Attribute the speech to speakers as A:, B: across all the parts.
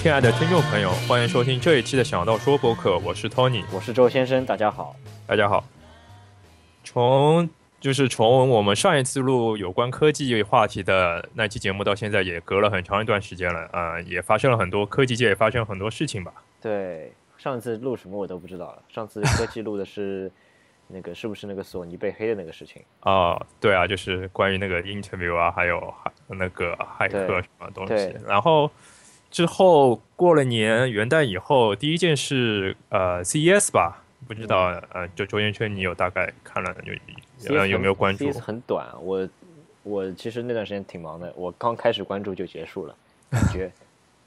A: 亲爱的听众朋友，欢迎收听这一期的《想到说》播客，我是 Tony，
B: 我是周先生，大家好，
A: 大家好。从就是从我们上一次录有关科技话题的那期节目到现在，也隔了很长一段时间了啊、呃也发生了很多科技界也发生很多事情吧。
B: 对，上一次录什么我都不知道了。上次科技录的是那个是不是那个索尼被黑的那个事 情？
A: 啊、对啊，就是关于那个 interview 啊，还有还那个骇客
B: 对
A: 什么东西
B: 对。
A: 然后之后过了年元旦以后，第一件事呃 CES 吧，不知道、
B: 嗯
A: 呃，就周先生你有大概看了有呃有
B: CS
A: 有没有关注
B: E 很？CS 很短，我我其实那段时间挺忙的，我刚开始关注就结束了，感 觉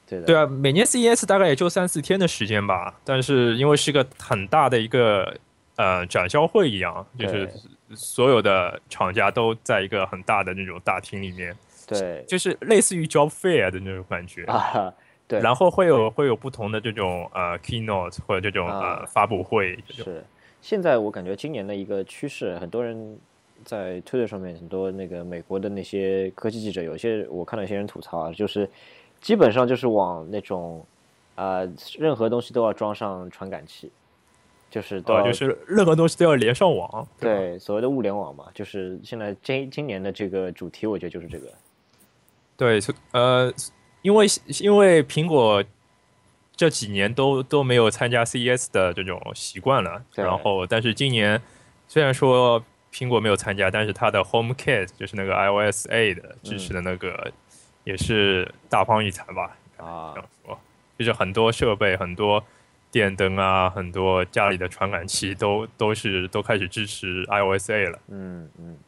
B: 对的，
A: 对啊，每年 CES 大概也就三四天的时间吧，但是因为是个很大的一个呃展销会一样，就是所有的厂家都在一个很大的那种大厅里面，
B: 对
A: 就是类似于 job fair 的那种感觉。
B: 啊，对，
A: 然后会有会有不同的这种呃 keynote 或者这种
B: 啊
A: 呃发布会这种
B: 是，现在我感觉今年的一个趋势，很多人在推特上面，很多那个美国的那些科技记者，有些我看到有些人吐槽啊，就是基本上就是往那种啊、呃任何东西都要装上传感器，就是都要、
A: 呃，就是任何东西都要连上网。吧，
B: 对所谓的物联网嘛，就是现在今今年的这个主题，我觉得就是这个，啊
A: 对，所呃，因为因为苹果这几年都都没有参加 CES 的这种习惯了，
B: 对
A: 然后但是今年虽然说苹果没有参加，但是它的 HomeKit 就是那个 iOS 8的支持的那个、
B: 嗯
A: 也是大放异彩吧，
B: 啊
A: 这样说，就是很多设备、很多电灯啊、很多家里的传感器都都是都开始支持 iOS 8了。
B: 嗯嗯，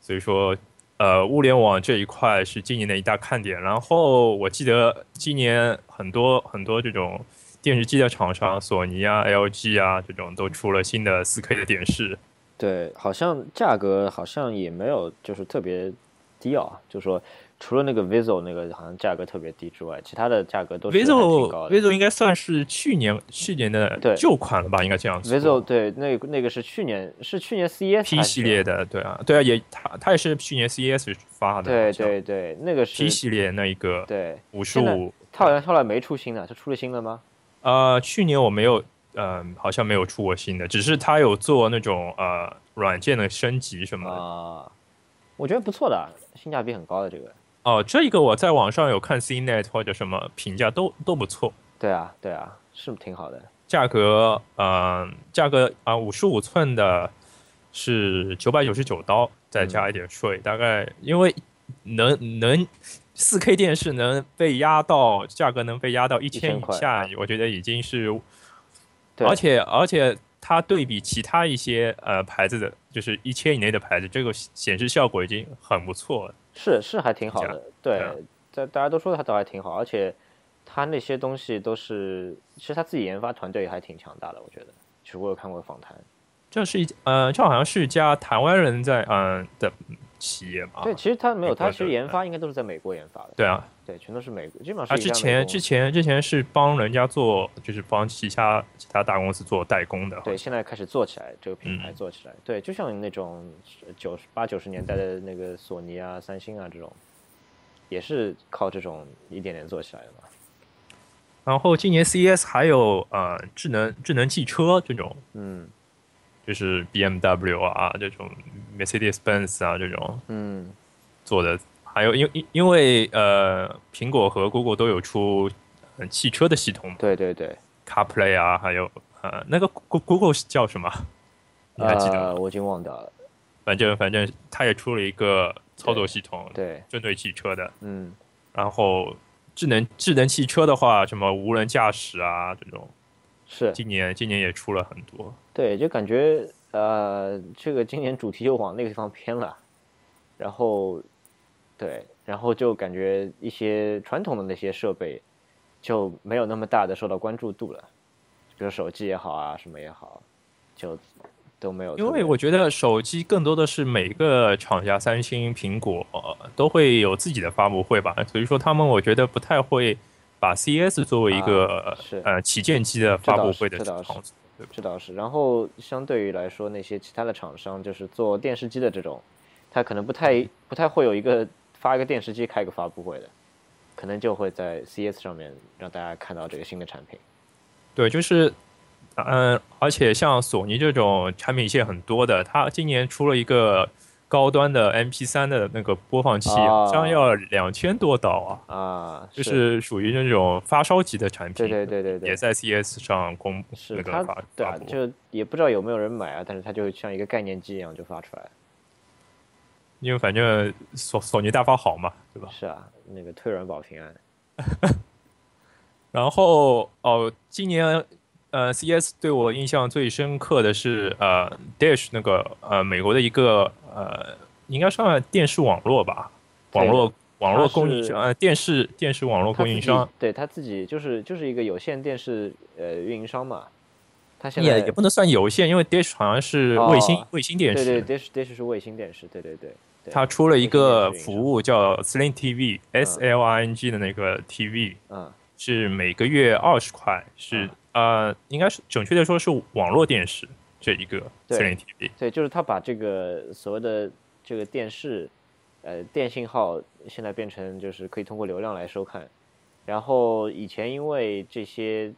A: 所以说，呃，物联网这一块是今年的一大看点。然后我记得今年很多很多这种电视机的厂商，索尼啊、LG 啊这种都出了新的 4K 的电视。
B: 对，好像价格好像也没有就是特别低啊，就说除了那个 Vivo 那个好像价格特别低之外，其他的价格都是还挺高
A: vivo
B: 的。
A: vivo 应该算是去年去年的
B: 对
A: 旧款了吧？应该这样说。
B: vivo 对，那个那个是去年是去年 E CES
A: P
B: 还
A: 系
B: 是
A: 列的，对啊，对啊，也它它也是去年 CES 发的，
B: 对
A: 好像
B: 对对，那个是
A: P 系列那一个
B: 对，
A: 五十
B: 现在
A: 五，
B: 它好像后来没出新的，它出了新的吗？
A: 呃，去年我没有，呃，好像没有出过新的，只是它有做那种呃软件的升级什么的。
B: 啊、我觉得不错的，性价比很高的这个。
A: 哦，这一个我在网上有看 CNET 或者什么评价都都不错，
B: 对啊对啊，是挺好的。
A: 价格呃价格啊五十五寸的是九百九十九刀，再加一点税，
B: 嗯
A: 大概因为能能。四 K 电视能被压到价格能被压到一千
B: 1000
A: 以
B: 块啊
A: 下，我觉得已经是
B: 对
A: 而且而且它对比其他一些呃牌子的，就是一千以内的牌子，这个显示效果已经很不错了。
B: 是是还挺好
A: 价
B: 的，对
A: 啊，
B: 大大家都说它倒还挺好，而且他那些东西都是，其实他自己研发团队还挺强大的，我觉得。其实我有看过访谈，
A: 这是一呃，这好像是一家台湾人在嗯、呃的企业嘛？
B: 对，其实他没
A: 啊
B: 有，
A: 美国
B: 他其实
A: 的
B: 研发应该都是在美国研发的，
A: 对啊，
B: 对，全都是美国，基本
A: 他
B: 上是一
A: 啊之
B: 家
A: 前
B: 美国
A: 之前之前是帮人家做，就是帮其他其他大公司做代工的。
B: 对，现在开始做起来，这个品牌
A: 嗯
B: 做起来，对，就像那种九十八九十年代的那个索尼啊、三星啊这种，也是靠这种一点点做起来的嘛。
A: 然后今年 CES 还有呃智能智能汽车这种，
B: 嗯
A: 就是 BMW 啊这种 Mercedes-Benz 啊这种，
B: 嗯，
A: 做的，还有因因因为呃，苹果和 Google 都有出呃汽车的系统嘛
B: 对对对，
A: ，CarPlay 啊，还有呃那个 Go- Google 是叫什么？你还记得吗？
B: 呃，我已经忘掉了，
A: 反正反正它也出了一个操作系统，
B: 对，
A: 针对汽车的。
B: 嗯。
A: 然后智能智能汽车的话，什么无人驾驶啊这种，
B: 是
A: 今年今年也出了很多。
B: 对，就感觉呃，这个今年主题就往那个地方偏了，然后对，然后就感觉一些传统的那些设备就没有那么大的受到关注度了，比如手机也好啊，什么也好，就都没有特别。
A: 因为我觉得手机更多的是每个厂家，三星、苹果、呃都会有自己的发布会吧，所以说他们我觉得不太会把 CES 作为一个、
B: 啊是
A: 呃旗舰机的发布会的
B: 这倒
A: 场
B: 是
A: 所。对吧
B: 这倒是。然后相对于来说，那些其他的厂商就是做电视机
A: 嗯
B: 的这种，他可能不太不太会有一个发一个电视机开个发布会的，可能就会在 CS 上面让大家看到这个新的产品。
A: 对，就是，嗯、而且像索尼这种产品线很多的，它今年出了一个高端的 MP 3的那个播放器，
B: 啊
A: 好像要两千多刀啊，
B: 啊，
A: 就是是属于那种发烧级的产品，
B: 对对对对对
A: 也，在 CS 上公
B: 是
A: 那个
B: 它
A: 发
B: 对
A: 发
B: 啊，
A: 布。
B: 就也不知道有没有人买啊，但是它就像一个概念机一样就发出来了。
A: 因为反正索索尼大法好嘛，对吧？
B: 是啊，那个退软保平安。
A: 然后哦，今年呃，CS 对我印象最深刻的是呃，Dash 那个呃，美国的一个呃，应该算电视网络吧，
B: 对
A: 网络网络
B: 它
A: 供应
B: 是
A: 商，呃，电视电视网络
B: 他
A: 供应
B: 自己
A: 商，
B: 对他自己就是就是一个有线电视呃运营商嘛，他现在
A: 也也不能算有线，因为 Dash 好像是卫星、
B: 哦
A: 卫星电
B: 对
A: 视，
B: 对，Dish Dish 是卫星电视，对对对，对
A: 它出了一个
B: 卫星电视运营
A: 服务叫 Sling TV
B: 嗯
A: S L I N G 的那个 TV，、
B: 商，嗯
A: 是每个月二十块，是、呃，应该是准确的说是网络电视这一个
B: 对
A: Sling TV。
B: 对，就是他把这个所谓的这个电视，呃，电信号现在变成就是可以通过流量来收看，然后以前因为这些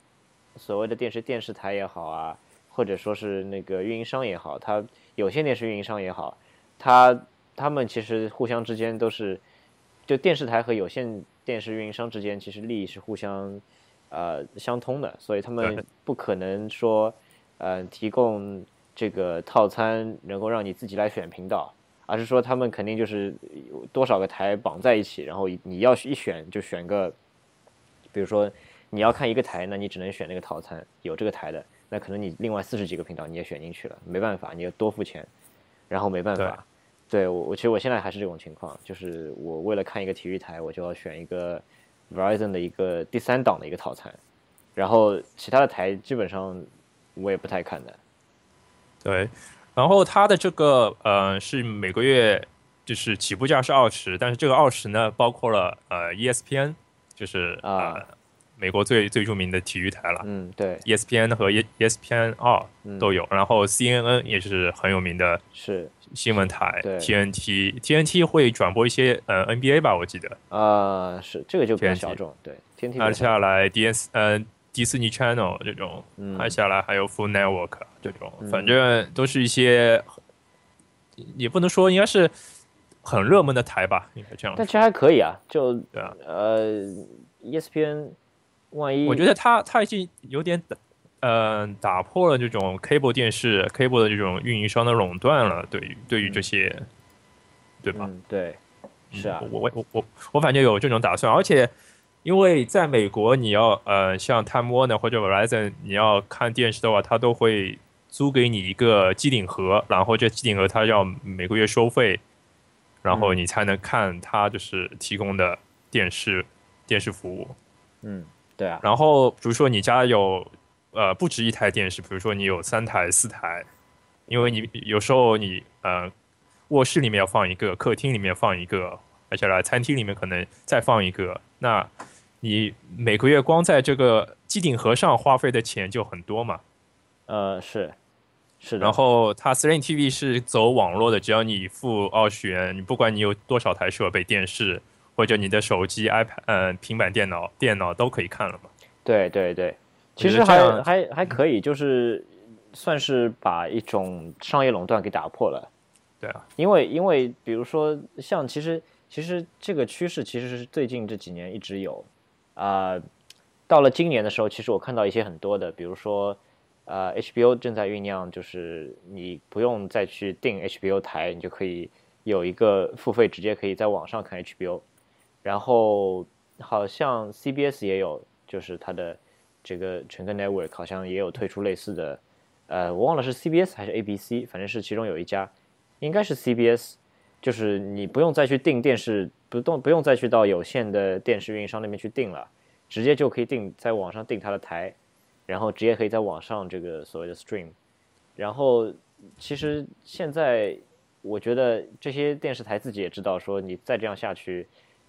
B: 所谓的电视电视台也好啊，或者说是那个运营商也好，它有线电视运营商也好，它他们其实互相之间都是，就电视台和有线电视运营商之间其实利益是互相呃相通的，所以他们
A: 对
B: 不可能说呃提供这个套餐能够让你自己来选频道，而是说他们肯定就是有多少个台绑在一起，然后你要一选就选个，比如说你要看一个台，那你只能选那个套餐，有这个台的，那可能你另外四十几个频道你也选进去了，没办法，你要多付钱，然后没办法。对我，我其实我现在还是这种情况，就是我为了看一个体育台，我就要选一个 Verizon 的一个第三档的一个套餐，然后其他的台基本上我也不太看的。
A: 对，然后它的这个呃是每个月就是起步价是二十，但是这个二十呢包括了呃 ESPN，就是
B: 啊
A: 呃美国最最著名的体育台了。
B: 嗯，对，
A: ESPN 和 E- ESPN 二
B: 嗯
A: 啊都有，然后 CNN 也是很有名的
B: 是
A: 新闻台
B: 对
A: ，TNT TNT 会转播一些呃 NBA 吧，我记得。
B: 啊、是这个就比较
A: TNT
B: 小众，对，天梯比较
A: 那
B: 小众
A: 接下来 DS 呃迪士尼 Channel 这种，
B: 嗯
A: 还下来还有 Food Network 这种，
B: 嗯
A: 反正都是一些，也不能说应该是很热门的台吧，应该这样
B: 但
A: 说。
B: 其实还可以啊，就
A: 对啊
B: 呃，ESPN 万一
A: 我觉得它它已经有点打，呃，打破了这种 cable 电视 cable 的这种运营商的垄断了，对于对于这些，对吧？
B: 嗯，对，是啊，
A: 嗯我我我我我反正有这种打算，而且因为在美国，你要呃像 Time Warner 或者 Verizon，你要看电视的话，它都会租给你一个机顶盒，然后这机顶盒它要每个月收费，然
B: 嗯
A: 后你才能看它就是提供的电视电视服务。
B: 嗯，对啊，
A: 然后比如说你家有呃不止一台电视，比如说你有三台、四台，因为你有时候你呃卧室里面要放一个，客厅里面放一个，而且来餐厅里面可能再放一个，那你每个月光在这个机顶盒上花费的钱就很多嘛。
B: 呃，是是的，
A: 然后它 Sling TV 是走网络的，只要你付二十元，你不管你有多少台设备、电视或者你的手机、iPad、呃平板电脑、电脑都可以看了嘛。
B: 对对对，其
A: 觉
B: 实
A: 得这
B: 还
A: 样
B: 还还可以，就是算是把一种商业垄断给打破了。
A: 对啊，
B: 因为因为比如说像其实其实这个趋势其实是最近这几年一直有，啊、到了今年的时候，其实我看到一些很多的，比如说呃 HBO 正在酝酿，就是你不用再去订 HBO 台，你就可以有一个付费，直接可以在网上看 HBO，然后好像 CBS 也有，就是它的这个全个 network 好像也有推出类似的，呃，我忘了是 CBS 还是 ABC，反正是其中有一家。应该是 CBS，就是你不用再去订电视，不动不用再去到有线的电视运营商那边去订了，直接就可以订在网上订它的台，然后直接可以在网上这个所谓的 stream。然后其实现在我觉得这些电视台自己也知道，说你再这样下去，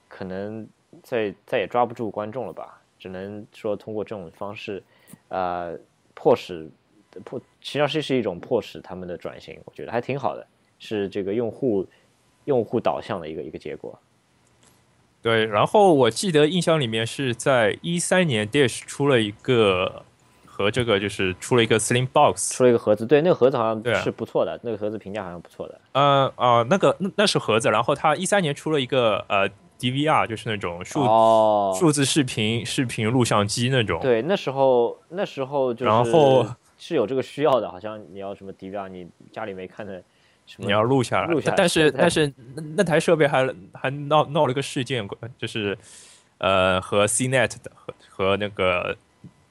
B: 可能再再也抓不住观众了吧，只能说通过这种方式，呃，迫使迫，实际上是是一种迫使他们的转型，我觉得还挺好的。是这个用户用户导向的一个一个结果。
A: 对，然后我记得印象里面是在一三年，Dish 出了一个和这个就是出了一个 Slim Box，
B: 出了一个盒子，对，那个盒子好
A: 对啊
B: 像是不错的，那个盒子评价好像不错的。
A: 呃啊、那个那那是盒子，然后它一三年出了一个呃 DVR，就是那种数、
B: 哦，
A: 数字视频视频录像机那种，
B: 对，那时候那时候就是
A: 然后
B: 是有这个需要的，好像你要什么 DVR，你家里没看的什么，
A: 你要录下来。
B: 录下来
A: 但是
B: 对
A: 但是那那台设备还还闹闹了一个事件，就是呃和 CNET 的和和那个。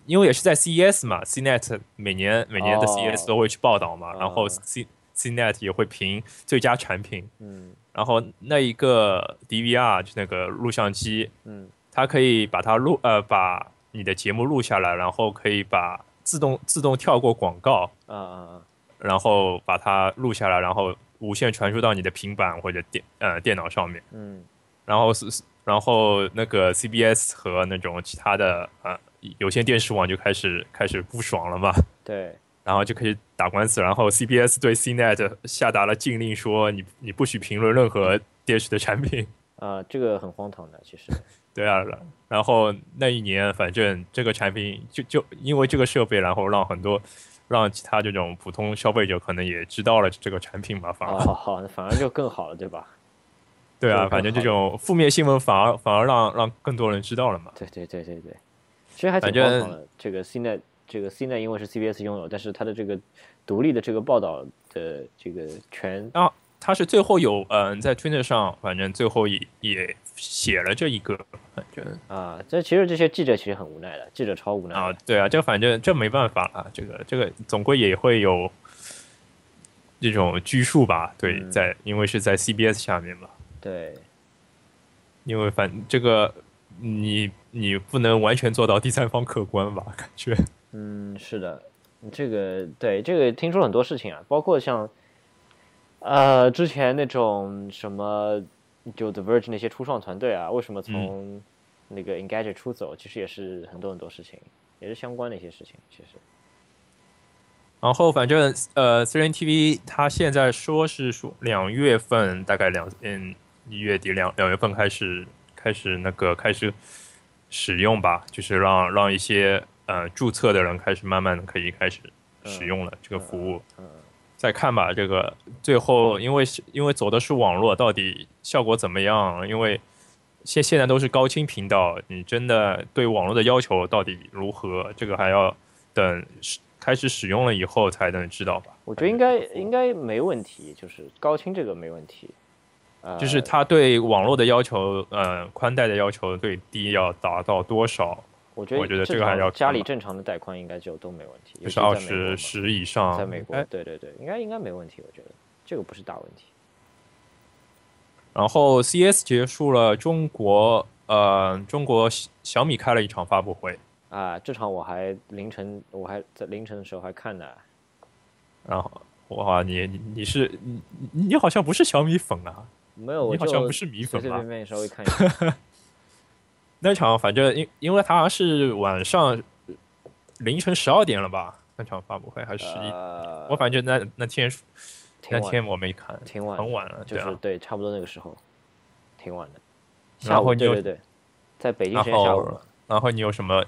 A: 因为也是在 CES 嘛，CNET 每年每年的
B: 哦
A: CES 都会去报道嘛，然后
B: 哦
A: C CNET 也会评最佳产品，
B: 嗯
A: 然后那一个 DVR 就那个录像机，
B: 嗯，
A: 它可以把它录呃把你的节目录下来，然后可以把自动自动跳过广告，
B: 啊啊啊，
A: 然后把它录下来，然后无线传输到你的平板或者电呃电脑上面，
B: 嗯
A: 然后是是然后那个 CBS 和那种其他的呃有线电视网就开始开始不爽了嘛。
B: 对，
A: 然后就可以打官司，然后 CBS 对 CNET 下达了禁令，说你你不许评论任何电视的产品。
B: 啊、这个很荒唐的，其实，
A: 对啊，然然后那一年，反正这个产品就就因为这个设备，然后让很多让其他这种普通消费者可能也知道了这个产品嘛，反而、
B: 哦，好好，那反而就更好了，对吧？
A: 对啊，
B: 对
A: 反正这种负面新闻反而反而让让更多人知道了嘛。
B: 对对对对对，其实还挺
A: 反正
B: 荒唐的。这个 CNET 这个 CNET 因为是 CBS 拥有，但是它的这个独立的这个报道的这个权，
A: 他是最后有嗯、呃在 Twitter 上，反正最后也也写了这一个，反正
B: 啊，这其实这些记者其实很无奈的，记者超无奈的
A: 啊，对啊，这反正这没办法啊，这个这个总归也会有这种拘束吧？对，
B: 嗯
A: 在因为是在 CBS 下面嘛。
B: 对，
A: 因为反这个你你不能完全做到第三方客观吧？感觉
B: 嗯，是的，这个对这个听说很多事情啊，包括像，呃，之前那种什么，就 The Verge 那些初创团队啊，为
A: 嗯
B: 什么从那个 Engage 出走，其实也是很多很多事情，也是相关的一些事情，其实，
A: 然后反正呃 c r n TV 它现在说是说两月份，大概两嗯一月底两两月份开始开始那个开始使用吧，就是让让一些呃注册的人开始慢慢的可以开始使用了、这个服务。
B: 嗯
A: 再看吧，这个最后因为是因为走的是网络，到底效果怎么样？因为现现在都是高清频道，你真的对网络的要求到底如何？这个还要等使开始使用了以后才能知道吧。
B: 我觉得应该应该没问题，就是高清这个没问题，呃，
A: 就是它对网络的要求，呃，宽带的要求最低要达到多少？
B: 我觉得
A: 我觉得
B: 正
A: 这个还
B: 常
A: 要
B: 家
A: 看
B: 里
A: 吧
B: 正常的带宽应该就都没问题，
A: 就
B: 尤
A: 是
B: 其在
A: 二
B: 美国
A: 十
B: 嘛
A: 十以上。
B: 在美国
A: 哎，
B: 对对对，应该应该没问题，我觉得这个不是大问题。
A: 然后 CS 结束了，中国呃，中国小小米开了一场发布会。
B: 啊，这场我还凌晨，我还在凌晨的时候还看呢。
A: 然后哇，你你你是你你你好像不是小米粉啊？
B: 没有，我
A: 你好
B: 就
A: 像不是米粉
B: 随随
A: 吧
B: 便便稍微看一下。
A: 那场反正因因为它好像是晚上凌晨十二点了吧？那场发布会 还是十一、
B: 呃，
A: 我反正那那天
B: 挺
A: 那
B: 晚
A: 天我没看，
B: 挺晚的，
A: 很晚了，
B: 就
A: 对
B: 是
A: 啊。
B: 对，差不多那个时候，挺晚的。
A: 然
B: 下
A: 后
B: 午，
A: 你
B: 对
A: 又
B: 对对，在北京
A: 然
B: 时间下午
A: 后
B: 嘛。
A: 然后你有什么？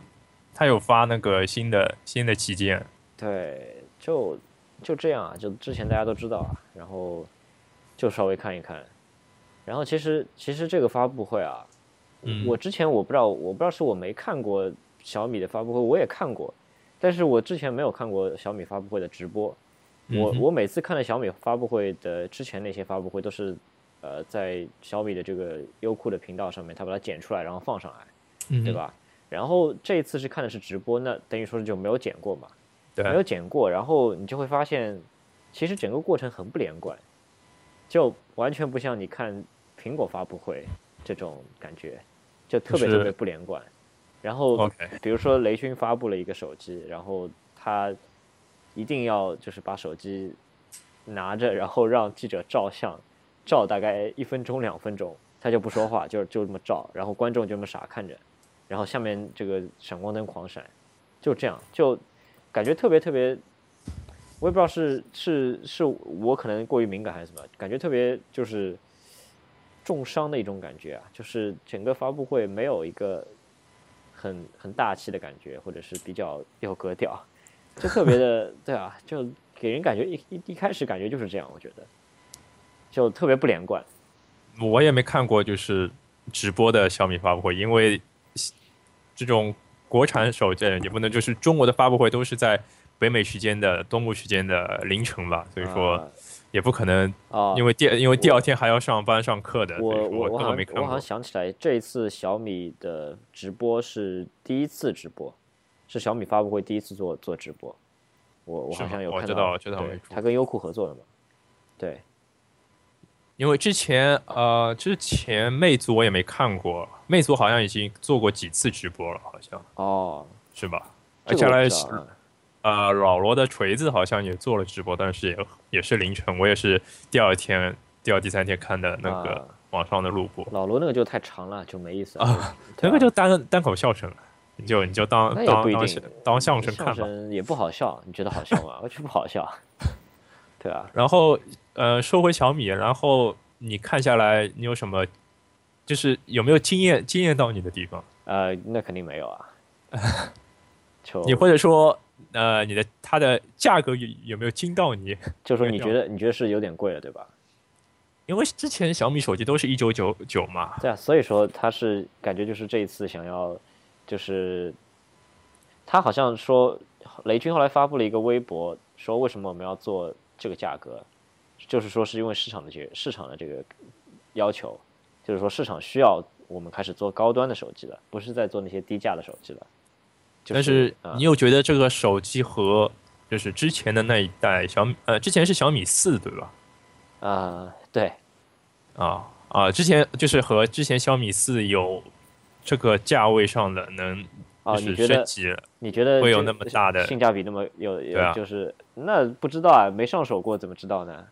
A: 他有发那个新的新的旗舰，
B: 对，就就这样啊，就之前大家都知道啊，然后就稍微看一看。然后其实其实这个发布会啊，
A: 嗯
B: 我之前我不知道，我不知道是我没看过小米的发布会，我也看过，但是我之前没有看过小米发布会的直播。我
A: 嗯哼
B: 我每次看的小米发布会的之前那些发布会都是，呃，在小米的这个优酷的频道上面，他把它剪出来然后放上来，
A: 嗯
B: 对？吧？然后这一次是看的是直播，那等于说是就没有剪过嘛，
A: 对
B: 没有剪过，然后你就会发现，其实整个过程很不连贯，就完全不像你看苹果发布会这种感觉，就特别
A: 就是哦
B: 特别不连贯。然后
A: ，OK，
B: 比如说雷军发布了一个手机，然后他一定要就是把手机拿着，然后让记者照相，照大概一分钟两分钟，他就不说话，就就这么照，然后观众就这么傻看着，然后下面这个闪光灯狂闪，就这样，就感觉特别特别，我也不知道是是是我可能过于敏感还是什么，感觉特别就是重伤的一种感觉啊，就是整个发布会没有一个很很大气的感觉，或者是比较有格调，就特别的 对啊，就给人感觉一一一开始感觉就是这样，我觉得就特别不连贯。
A: 我也没看过就是直播的小米发布会，因为这种国产手机也不能就是中国的发布会都是在北美时间的东部时间的凌晨吧，所以说
B: 啊
A: 也不可能，
B: 啊，
A: 因为第因为第二天还要上班上课的，所以
B: 我
A: 说根
B: 我好
A: 本没
B: 像
A: 看
B: 我好
A: 过
B: 像。想起来，这一次小米的直播是第一次直播，是小米发布会第一次做做直播。我我
A: 是
B: 好
A: 吗
B: 像有
A: 我
B: 看
A: 知道
B: 到，
A: 我知道
B: 对
A: 没注
B: 他跟优酷合作的嘛。对，
A: 因为之前呃之前魅族我也没看过，魅族好像已经做过几次直播了，好像
B: 哦，
A: 是吧？
B: 这
A: 哎接
B: 个
A: 下
B: 我
A: 来
B: 知道啊
A: 呃，老罗的锤子好像也做了直播，但是也也是凌晨，我也是第二天、第二、第三天看的那个
B: 啊
A: 网上的录播，
B: 老罗那个就太长了，就没意思
A: 啊
B: 了。对
A: 那个
B: 啊
A: 就单单口相声了，你就你就当
B: 那也不
A: 当
B: 一
A: 当
B: 定
A: 当相声
B: 相
A: 看吧。
B: 声也不好笑，你觉得好笑吗？我觉得不好笑。 对啊，
A: 然后呃，说回小米，然后你看下来，你有什么就是有没有惊艳惊艳到你的地方？
B: 呃，那肯定没有啊。 就
A: 你或者说呃，你的它的价格有有没有惊到你？
B: 就说
A: 没
B: 你
A: 有
B: 觉得你觉得是有点贵了，对吧？
A: 因为之前小米手机都是一九九九嘛，
B: 对啊，所以说他是感觉就是这一次想要，就是他好像说雷军后来发布了一个微博，说为什么我们要做这个价格，就是说是因为市场的这市场的这个要求，就是说市场需要我们开始做高端的手机了，不是在做那些低价的手机了。就
A: 但是
B: 啊
A: 你有觉得这个手机和就是之前的那一代小米，呃，之前是小米四对吧？
B: 啊、对，
A: 啊啊，之前就是和之前小米四有这个价位上的能
B: 啊
A: 就
B: 你
A: 是
B: 觉得
A: 升级了，
B: 你觉得
A: 会有那
B: 这
A: 么大的
B: 性价比那么有有、
A: 对啊
B: 就是那不知道啊，没上手过怎么知道呢？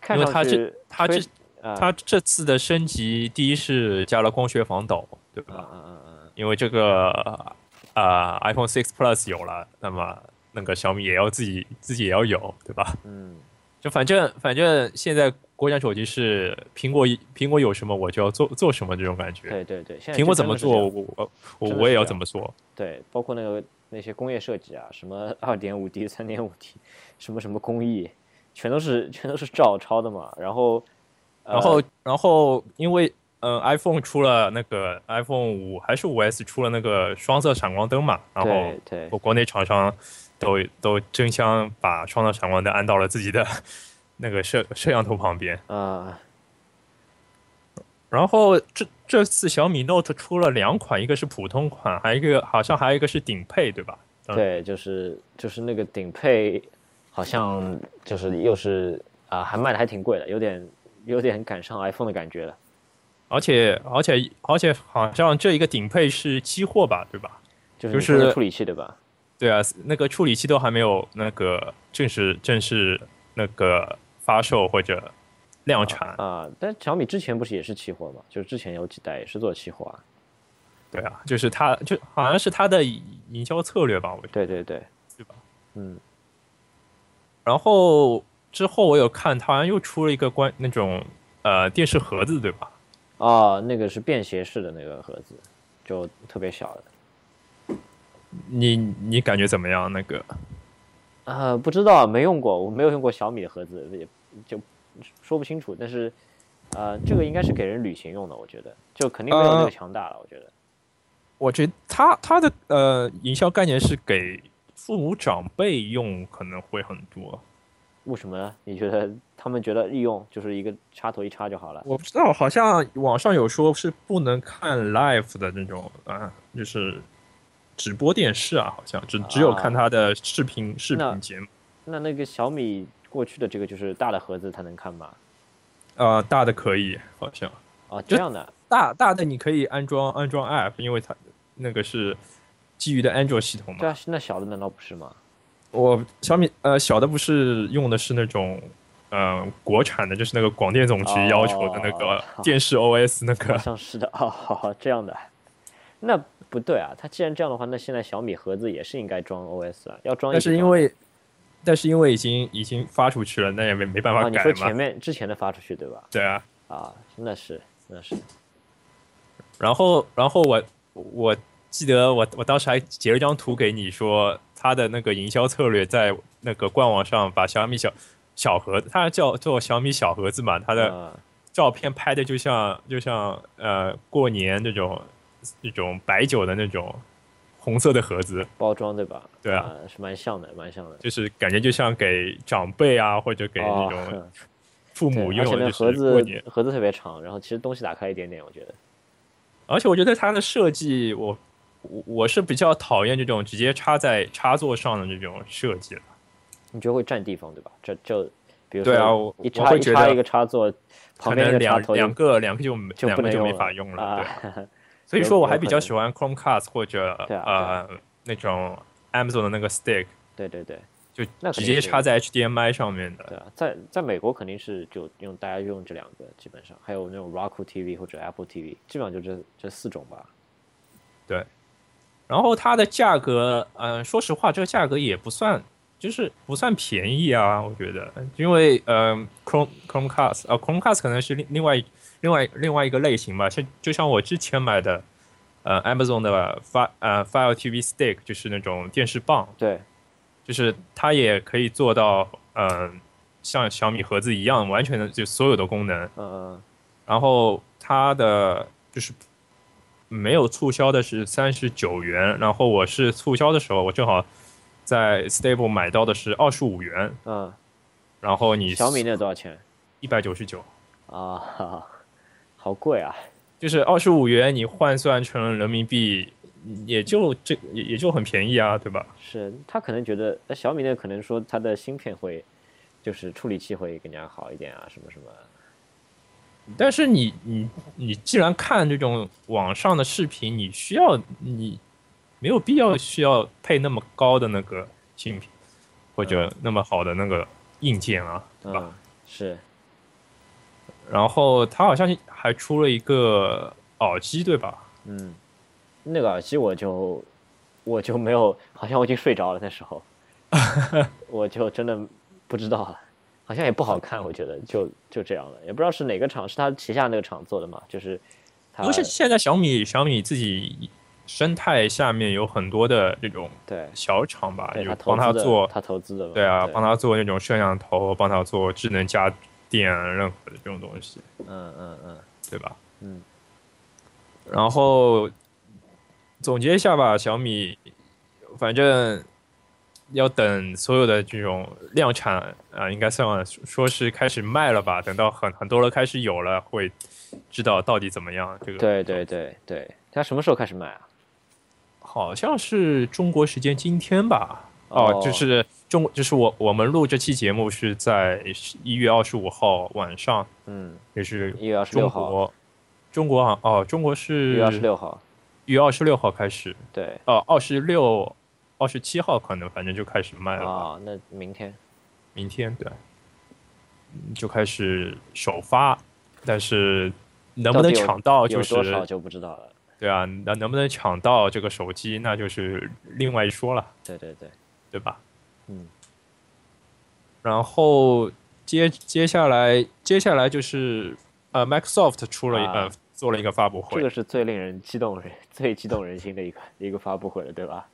B: 看
A: 因为
B: 上
A: 它
B: 去
A: 这它
B: 推
A: 这
B: 啊
A: 它这次的升级，第一是加了光学防抖，对
B: 啊
A: 吧？
B: 啊啊啊！
A: 因为这个啊、iPhone 6 Plus 有了，那么那个小米也要自己自己也要有，对吧？
B: 嗯，
A: 就反正反正现在国产手机是苹果苹果有什么我就要做做什么这种感觉，
B: 对对对，现在
A: 苹果
B: 这
A: 怎么
B: 真的是
A: 做
B: 这样
A: 我我我
B: 真的
A: 我也
B: 是
A: 要
B: 这
A: 怎么做。
B: 对，包括那个那些工业设计啊，什么 二点五 D、三点五 D，什 么什么工艺，全都是全都是照抄的嘛。然后，呃
A: 然后然后因为呃 iPhone 出了那个 iPhone 五还是五 S 出了那个双色闪光灯嘛，然后
B: 对对
A: 我国内厂商都都争相把双色闪光灯安到了自己的 那个摄摄像头旁边。
B: 啊
A: 然后这这次小米 Note 出了两款，一个是普通款，还有一个好像还有一个是顶配，对吧？嗯
B: 对，就是就是那个顶配，好像就是又是啊，还卖的还挺贵的，有点有点赶上 iPhone 的感觉了。
A: 而且而且而且好像这一个顶配是期货吧，对吧？
B: 就是
A: 就
B: 你说的
A: 是
B: 处理器对吧？
A: 对啊，那个处理器都还没有那个正式正式那个发售或者量产，
B: 啊，但小米之前不是也是期货嘛？就是之前有几代也是做期货啊。
A: 对啊，就是它就好像是它的营销策略吧，我觉得。
B: 对对对，
A: 对吧？
B: 嗯，
A: 然后之后我有看，它好像又出了一个关那种呃电视盒子，对吧？
B: 哦，那个是便携式的那个盒子，就特别小的。
A: 你你感觉怎么样？那个
B: 啊、不知道，没用过，我没有用过小米的盒子，也就说不清楚。但是，呃，这个应该是给人旅行用的，我觉得，就肯定没有那
A: 呃
B: 个强大了。我觉得，
A: 我觉得它它的呃营销概念是给父母长辈用，可能会很多。
B: 为什么呢？你觉得他们觉得利用就是一个插头一插就好了？
A: 我不知道，好像网上有说是不能看 live 的那种啊，就是直播电视啊，好像只只有看他的视频、视频节目。
B: 那那个小米过去的这个就是大的盒子，它能看吗？
A: 呃，大的可以，好像
B: 哦，这
A: 就
B: 样的
A: 大大的你可以安装安装 app，因为它那个是基于的安卓系统
B: 对
A: 嘛。
B: 啊，那小的难道不是 吗？
A: 我小米呃小的不是用的是那种呃国产的，就是那个广电总局要求的那
B: 哦
A: 个电视 OS 那
B: 好
A: 个。
B: 像是的，哦，好好这样的，那不对啊。它既然这样的话，那现在小米盒子也是应该装 OS 啊，要装一
A: 但
B: 起装。
A: 是因为但是因为已经已经发出去了，那也没没办法
B: 啊，你
A: 改
B: 说
A: 嘛
B: 前。面之前的发出去对吧？
A: 对啊，
B: 啊，真的是，真的是，
A: 然后，然后我我记得我我当时还截了张图给你说，他的那个营销策略在那个官网上把小米小小盒子，它叫做小米小盒子嘛，它的
B: 啊，
A: 照片拍的就像就像呃过年这种这种白酒的那种红色的盒子，
B: 包装对吧？
A: 对啊
B: 啊，是蛮像的，蛮像的。
A: 就是感觉就像给长辈啊或者给那种
B: 哦，
A: 父
B: 对
A: 母
B: 而
A: 用
B: 且
A: 的，
B: 那
A: 就
B: 盒
A: 是过年
B: 子。盒子特别长，然后其实东西打开一点点，我觉得
A: 而且我觉得它的设计，我我我是比较讨厌这种直接插在插座上的这种设计了。
B: 你觉得会占地方对吧？这就比如
A: 对啊
B: 说
A: 我
B: 一
A: 我
B: 插
A: 会
B: 一
A: 觉
B: 插
A: 得
B: 一个插座，
A: 可
B: 旁边那
A: 能
B: 个插
A: 两
B: 头就
A: 两个两个就没
B: 就
A: 两
B: 不
A: 个
B: 能
A: 就没
B: 用
A: 法用了，对吧。
B: 啊，
A: 所以
B: 有
A: 说我
B: 有
A: 还
B: 可
A: 比较
B: 能
A: 喜欢 Chromecast 或者、
B: 对啊
A: 呃那种 Amazon 的那个 Stick，
B: 对对对
A: 就
B: 那肯
A: 直
B: 定
A: 接
B: 是
A: 插在 HDMI 上面的。
B: 对啊，在在美国肯定是就用大家用这两个，基本上还有那种 Roku TV 或者 Apple TV，基本上就这这四种吧。
A: 然后它的价格，嗯、说实话，这个价格也不算，就是不算便宜啊，我觉得，因为嗯、c h r o m e Chromecast 啊、c h r o m e c a s t 可能是另另外另外另外一个类型吧，像就像我之前买的，呃，Amazon 的 Fi 呃 Fire TV Stick，就是那种电视棒，
B: 对，
A: 就是它也可以做到，嗯、像小米盒子一样，完全的就所有的功能，
B: 嗯嗯，
A: 然后它的就是没有促销的是三十九元，然后我是促销的时候，我正好在 Stable 买到的是二十五元，
B: 嗯，
A: 然后你
B: 小米那多少钱
A: 一百九十九，
B: 啊？ 哈哈好贵啊！
A: 就是二十五元，你换算成人民币也就这也也就很便宜啊，对吧？
B: 是他可能觉得，呃小米那个可能说它的芯片会，就是处理器会更加好一点啊，什么什么。
A: 但是你你你既然看这种网上的视频，你需要你没有必要需要配那么高的那个芯片，或者那么好的那个硬件啊，对吧？
B: 嗯，是
A: 然后它好像还出了一个耳机，对吧？
B: 嗯，那个耳机我就我就没有，好像我已经睡着了那时 候，我就真的不知道了，好像也不好看，我觉得就就这样了，也不知道是哪个厂，是他旗下那个厂做的嘛，就是他
A: 不是现在小米小米自己生态下面有很多的这种
B: 对
A: 小厂吧，
B: 对
A: 有帮
B: 他投
A: 他
B: 资的，
A: 做，
B: 他投资的嘛，
A: 对啊，帮他做那种摄像头，帮他做智能家电，任何的这种东西，
B: 嗯嗯嗯
A: 对吧？
B: 嗯，
A: 然后总结一下吧，小米，反正要等所有的这种量产啊、应该算说是开始卖了吧。等到很很多人开始有了，会知道到底怎么样。这个
B: 对对对对，他什么时候开始卖啊？
A: 好像是中国时间今天吧？哦，
B: 哦
A: 就是中，就是我我们录这期节目是在一月二十五号晚上，
B: 嗯，
A: 也是
B: 一月二十
A: 中
B: 六号，
A: 国，中国好像哦，中国是
B: 一月二十六号，
A: 1月26号开始。
B: 对
A: 呃，二十六、二十七号可能反正就开始卖了吧，
B: 啊，那明天
A: 明天对，嗯就开始首发，但是能不
B: 到
A: 能
B: 底有
A: 抢到就
B: 有多少
A: 是
B: 就不知道了。
A: 对啊，能能不能抢到这个手机那就是另外一说了，
B: 对对对，
A: 对吧？
B: 嗯，
A: 然后接接下来接下来就是呃，Microsoft 出了一、
B: 啊
A: 呃做了一个发布会
B: 这，个是最令人激动人、 最激动人心的一个一个发布会了，对吧？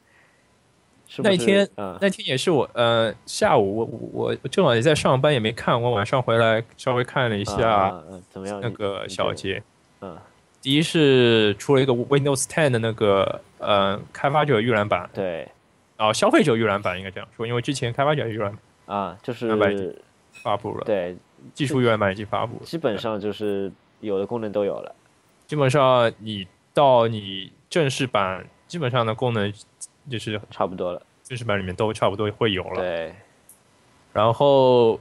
B: 是不
A: 那一
B: 是
A: 天
B: 嗯，
A: 那天也是我呃下午我我我正好也在上班也没看，我晚上回来稍微看了一下。
B: 啊，嗯，怎么样？
A: 那
B: 你
A: 个小，节。
B: 你觉得嗯，
A: 第一是出了一个 Windows 10的那个呃开发者预览版，
B: 对
A: 啊、消费者预览版应该这样说，因为之前开发者预览版
B: 啊，就是
A: 两百几发布了，
B: 对，
A: 技术预览版已经发布了，
B: 基本上就是有的功能都有了。
A: 基本上你到你正式版，基本上的功能就是
B: 差不多了，
A: 正式版里面都差不多会有了。
B: 对，
A: 然后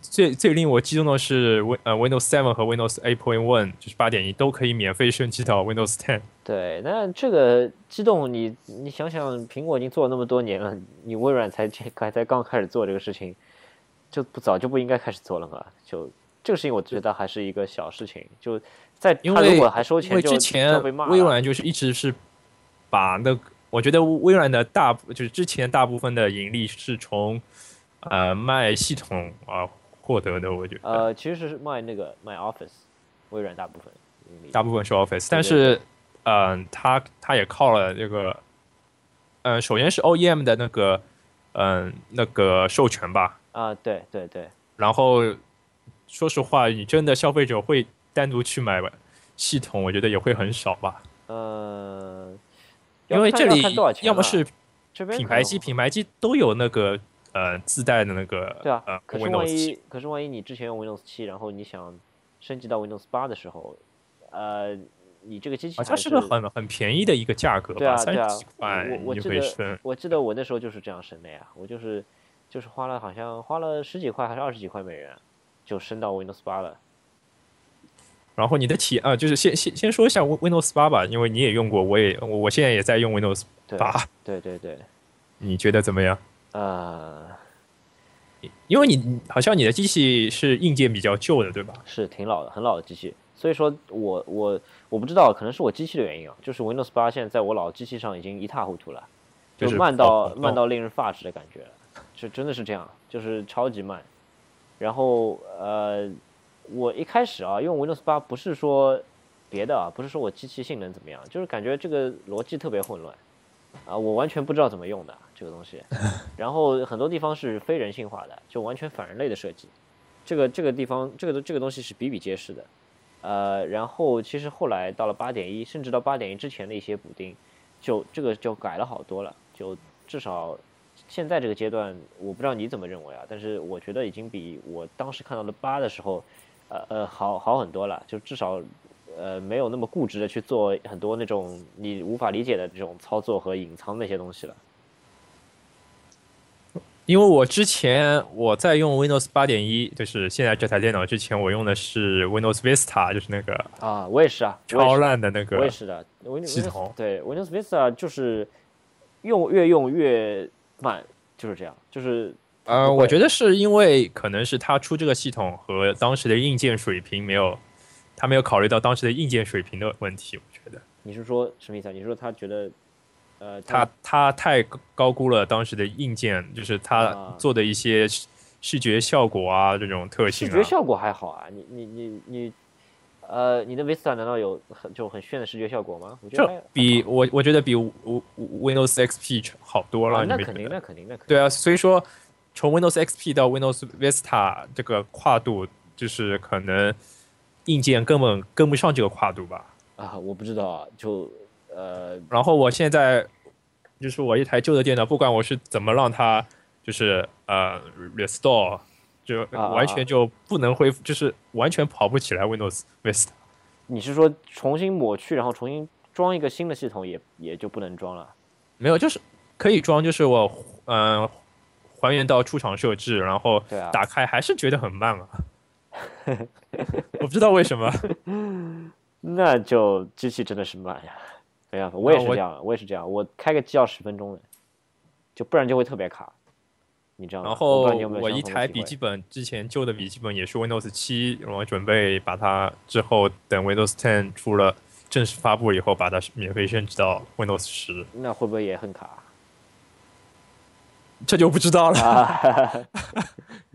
A: 最最令我激动的是 Win 呃 Windows 7和 Windows 8.1就是八点一都可以免费升级到 Windows 10。
B: 对。那这个激动你，你想想，苹果已经做了那么多年了，你微软才这才才刚开始做这个事情，就不早就不应该开始做了嘛？就这个事情，我觉得还是一个小事情，就在
A: 因
B: 他如
A: 为
B: 果还收
A: 因
B: 钱
A: 为
B: 就，
A: 之
B: 就要
A: 前
B: 被骂
A: 微
B: 了
A: 软就是一直是把那个，我觉得微软的大就是之前大部分的盈利是从呃卖系统啊、获得的，我觉得。
B: 呃，其实是卖那个卖 Office，微软大部分盈利，
A: 大部分是 Office，但是，嗯、它它也靠了这个，嗯、首先是 OEM 的那个，嗯、那个授权吧。
B: 啊，对对对，
A: 然后，说实话，你真的消费者会单独去买系统，我觉得也会很少吧，
B: 呃，
A: 因为
B: 要看
A: 这里
B: 要看多少钱
A: 要么
B: 了
A: 是
B: 这边
A: 品
B: 可
A: 牌
B: 能
A: 机，品牌机都有那个呃自带的那个
B: 对啊，
A: 呃
B: 可是万
A: Windows
B: 一
A: 七，
B: 可是万一你之前用 Windows 七，然后你想升级到 Windows 八的时候，呃，你这个机器
A: 好像
B: 还
A: 啊是个很很便宜的一个价格
B: 对啊
A: 吧，三
B: 对
A: 十
B: 啊
A: 几块
B: 我我
A: 你就
B: 记
A: 可以
B: 得
A: 升。
B: 我记得我那时候就是这样升的呀，我就是就是花了好像花了十几块还是二十几块美元，就升到 Windows 八了。
A: 然后你的体验啊，就是先先先说一下 Win- Windows 八吧，因为你也用过，我也我我现在也在用 Windows
B: 对
A: 八，
B: 对对对，
A: 你觉得怎么样？
B: 呃，
A: 因为你你好像你的机器是硬件比较旧的，对吧？
B: 是挺老的，很老的机器。所以说我我我不知道，可能是我机器的原因啊，就是 Windows 八现在在我老机器上已经一塌糊涂了，
A: 就
B: 就是慢
A: 跑
B: 到
A: 跑
B: 慢到令人发指的感觉，就真的是这样，就是超级慢。然后呃，我一开始啊用 Windows 八不是说别的啊，不是说我机器性能怎么样，就是感觉这个逻辑特别混乱啊，我完全不知道怎么用的这个东西。 然后很多地方是非人性化的，就完全反人类的设计。这个这个地方，这个这个东西是比比皆是的。呃，然后其实后来到了八点一，甚至到八点一之前的一些补丁，就这个就改了好多了。就至少现在这个阶段，我不知道你怎么认为啊，但是我觉得已经比我当时看到的八的时候，呃呃，好好很多了。就至少呃没有那么固执的去做很多那种你无法理解的这种操作和隐藏那些东西了。
A: 因为我之前我在用 Windows 八点一，就是现在这台电脑之前，我用的是 Windows Vista，就是那个
B: 啊，我也是啊，我也
A: 超
B: 是
A: 烂的那
B: 我也
A: 个。
B: 是的，Windows
A: 系统
B: 对 Windows Vista 就是用越用越慢，就是这样，就是
A: 呃，
B: 不会
A: 我觉得是因为可能是它出这个系统和当时的硬件水平没有，它没有考虑到当时的硬件水平的问题。我觉得
B: 你是说什么意思啊？你是说他觉得呃
A: 它它太高估了当时的硬件，就是它
B: 啊
A: 做的一些视视觉效果啊这种特性
B: 视
A: 啊。
B: 觉效果还好啊？你你你你呃，你的 Vista 难道有很就很炫的视觉效果吗？我觉得还
A: 这比我我觉得比 Win- Windows XP 好多了，
B: 啊
A: 你
B: 那
A: 没
B: 肯
A: 觉
B: 定，
A: 得
B: 那肯定，那肯定
A: 对啊，所以说从 Windows XP 到 Windows Vista 这个跨度，就是可能硬件根本跟不上这个跨度吧。
B: 啊！我不知道啊，就呃
A: 然后我现在就是我一台旧的电脑，不管我是怎么让它就是呃 restore，就
B: 啊啊
A: 完全就不能恢
B: 啊
A: 复，就是完全跑不起来 Windows Vista。
B: 你是说重新抹去，然后重新装一个新的系统也也就不能装了？
A: 没有，就是可以装，就是我嗯、呃还原到出厂设置，然后
B: 对啊
A: 打开还是觉得很慢 啊。我不知道为什么，
B: 那就机器真的是慢呀，没办法，我也是
A: 我
B: 这样，我也是这样，我开个机要十分钟的，就不然就会特别卡，你知道吗？
A: 然
B: 我
A: 后
B: 不知道你有没有
A: 我
B: 相
A: 一
B: 同的
A: 台
B: 体
A: 笔
B: 会
A: 记本之前旧的笔记本也是 Windows 七，我准备把它之后等 Windows Ten 出了正式发布以后，把它免费升级到 Windows 十，
B: 那会不会也很卡
A: 这就不知道了，
B: 啊？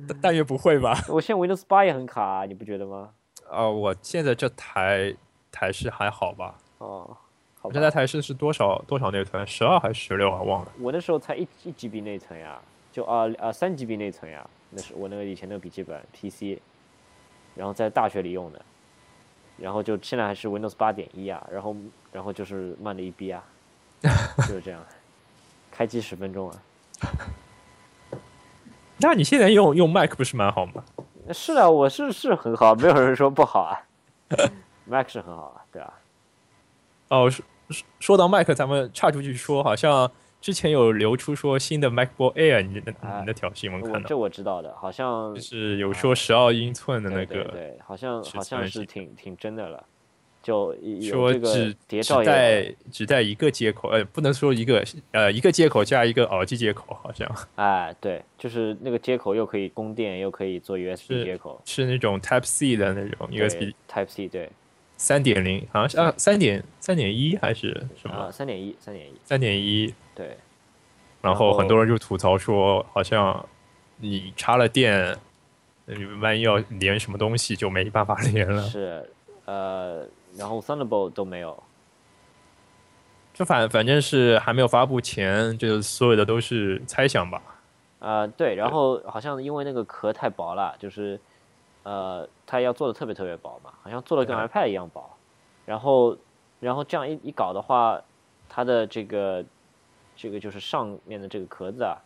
A: 但但也不会 吧？
B: 我现在 Windows 八也很卡，你不觉得吗？
A: 啊、我现在这台台式还好吧？
B: 哦，
A: 我
B: 好吧
A: 这，台台式是多少多少内存？十二还是十六啊？忘了。
B: 我那时候才一一 GB 内存呀，就啊啊三 GB 内存呀，那是我那个以前那个笔记本 PC，然后在大学里用的，然后就现在还是 Windows 八点一啊，然后然后就是慢了一逼 啊，就是这样，开机十分钟啊，
A: 那你现在用用 Mac 不是蛮好吗？
B: 是啊，我是是很好，没有人说不 好啊，Mac 是很好啊，对啊，
A: 哦，说说说到 Mac，咱们岔出去说，好像之前有流出说新的 MacBook Air，你的
B: 啊
A: 你那条新闻
B: 我
A: 看到，
B: 这我知道的，好像
A: 就是有说十二英寸的那
B: 对对
A: 个，
B: 对，好像
A: 尺
B: 好像
A: 寸
B: 是
A: 是
B: 挺挺真的了，就有
A: 说
B: 这个
A: 只
B: 谍
A: 只
B: 照也有了
A: 带只带一个接口，呃，不能说一个，呃，一个接口加一个耳机接口，好像
B: 哎，对，就是那个接口又可以供电，又可以做 USB
A: 是
B: 接口
A: 是那种 Type C 的那种
B: 对
A: USB
B: Type C，对，
A: 三点零，好像是啊三点三点一还是什
B: 啊，
A: 么
B: 三点一，三点一，
A: 三点一，
B: 对，
A: 然
B: 然
A: 后
B: 后
A: 很多人就吐槽说，好像你插了电，呃你万一要连什么东西就没办法连了。
B: 是，呃，然后 Thunderbolt 都没有。
A: 就反反正是还没有发布前，就是所有的都是猜想吧。
B: 啊、对，然后好像因为那个壳太薄了，就是，呃，它要做的特别特别薄嘛，好像做的跟
A: 对
B: iPad 一样薄，然后，然后这样一一搞的话，它的这个，这个就是上面的这个壳子啊，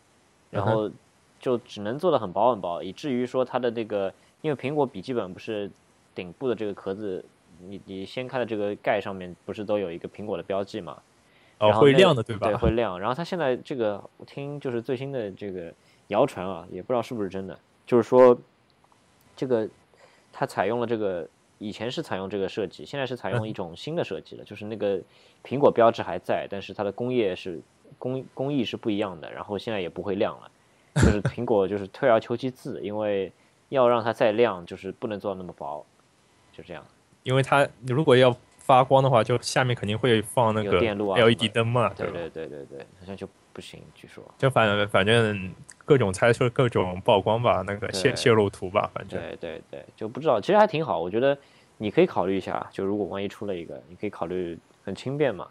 B: 然后就只能做的很薄很薄，以至于说它的这个，因为苹果笔记本不是顶部的这个壳子，你你掀开的这个盖上面不是都有一个苹果的标记嘛，
A: 哦，
B: 然后
A: 会
B: 那
A: 亮的，对吧？
B: 对，会亮。然后它现在这个，我听就是最新的这个谣传啊，也不知道是不是真的，就是说这个它采用了这个以前是采用这个设计，现在是采
A: 嗯
B: 用一种新的设计了，就是那个苹果标志还在，但是它的工业是工工艺是不一样的，然后现在也不会亮了。就是苹果就是退而求其次，因为要让它再亮，就是不能做到那么薄，就这样。
A: 因为它如果要发光的话，就下面肯定会放那
B: 有
A: 个
B: 电路啊什么
A: LED
B: 的
A: 灯嘛，
B: 对
A: 吧？
B: 对对对对，好像就不行，据说。
A: 就反反正各种猜测、各种曝光吧，那个
B: 对
A: 泄泄露图吧，反正
B: 对对对，就不知道，其实还挺好，我觉得你可以考虑一下，啊就如果万一出了一个，你可以考虑很轻便嘛，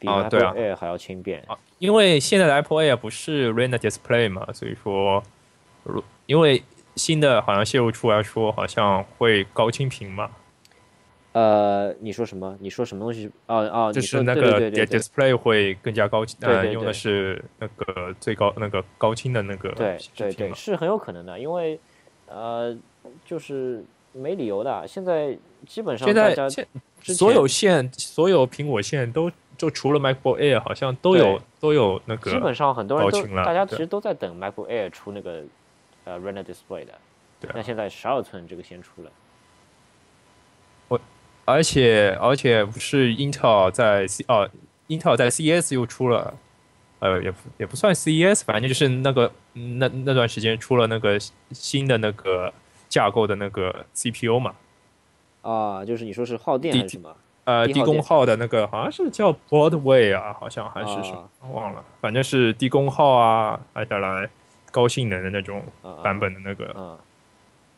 B: 比
A: 啊
B: Apple
A: 对啊
B: Air 还要轻便。
A: 啊，因为现在的 Apple Air 不是 Retina Display 嘛，所以说，如因为新的好像泄露出来说好像会高清屏嘛，
B: 呃，你说什么？你说什么东西？哦哦，
A: 就
B: 你说
A: 是那
B: 对对
A: 个
B: 对对
A: di-
B: 对
A: display 会更加高清，
B: 对对
A: 呃，
B: 对
A: 用的是那个最高那个高清的那个显
B: 对
A: 示
B: 对
A: 屏
B: 对，
A: 嘛。
B: 是很有可能的，因为呃，就是没理由的，啊现在基本上
A: 现
B: 大
A: 在
B: 家
A: 现
B: 之
A: 所
B: 前
A: 有线所有苹果线都就除了 MacBook Air 好像都有都有那
B: 基
A: 个
B: 本上很多人
A: 高
B: 都
A: 清了
B: 大家其
A: 对
B: 实都在等 MacBook Air 出那个呃 Retina Display 的，
A: 对啊
B: 那现在十二寸这个先出了。
A: 而且而且不是英特尔在 C 哦，英特尔在 CES 又出了，呃，也不也不算 CES，反正就是那个那那段时间出了那个新的那个架构的那个 CPU 嘛，
B: 啊，就是你说是耗电
A: 低
B: 还是
A: 级
B: 什么？
A: 呃，
B: 低
A: 低
B: 耗
A: 功
B: 电
A: 耗的那个好像是叫 Broadway 啊，好像还是什么、
B: 啊
A: 忘了，反正是低功耗啊，还带来高性能的那种
B: 啊
A: 版本的那个，
B: 啊、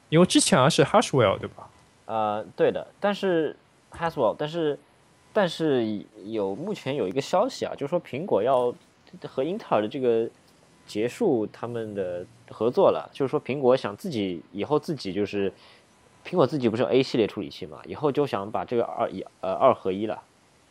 A: 因为之前啊好像是 Haswell 对吧？
B: 呃，对的，但是 Haswell，但是但是有目前有一个消息啊，就是说苹果要和英特尔的这个结束他们的合作了，就是说苹果想自己以后自己就是苹果自己不是有 A 系列处理器嘛，以后就想把这个二一呃二合一了，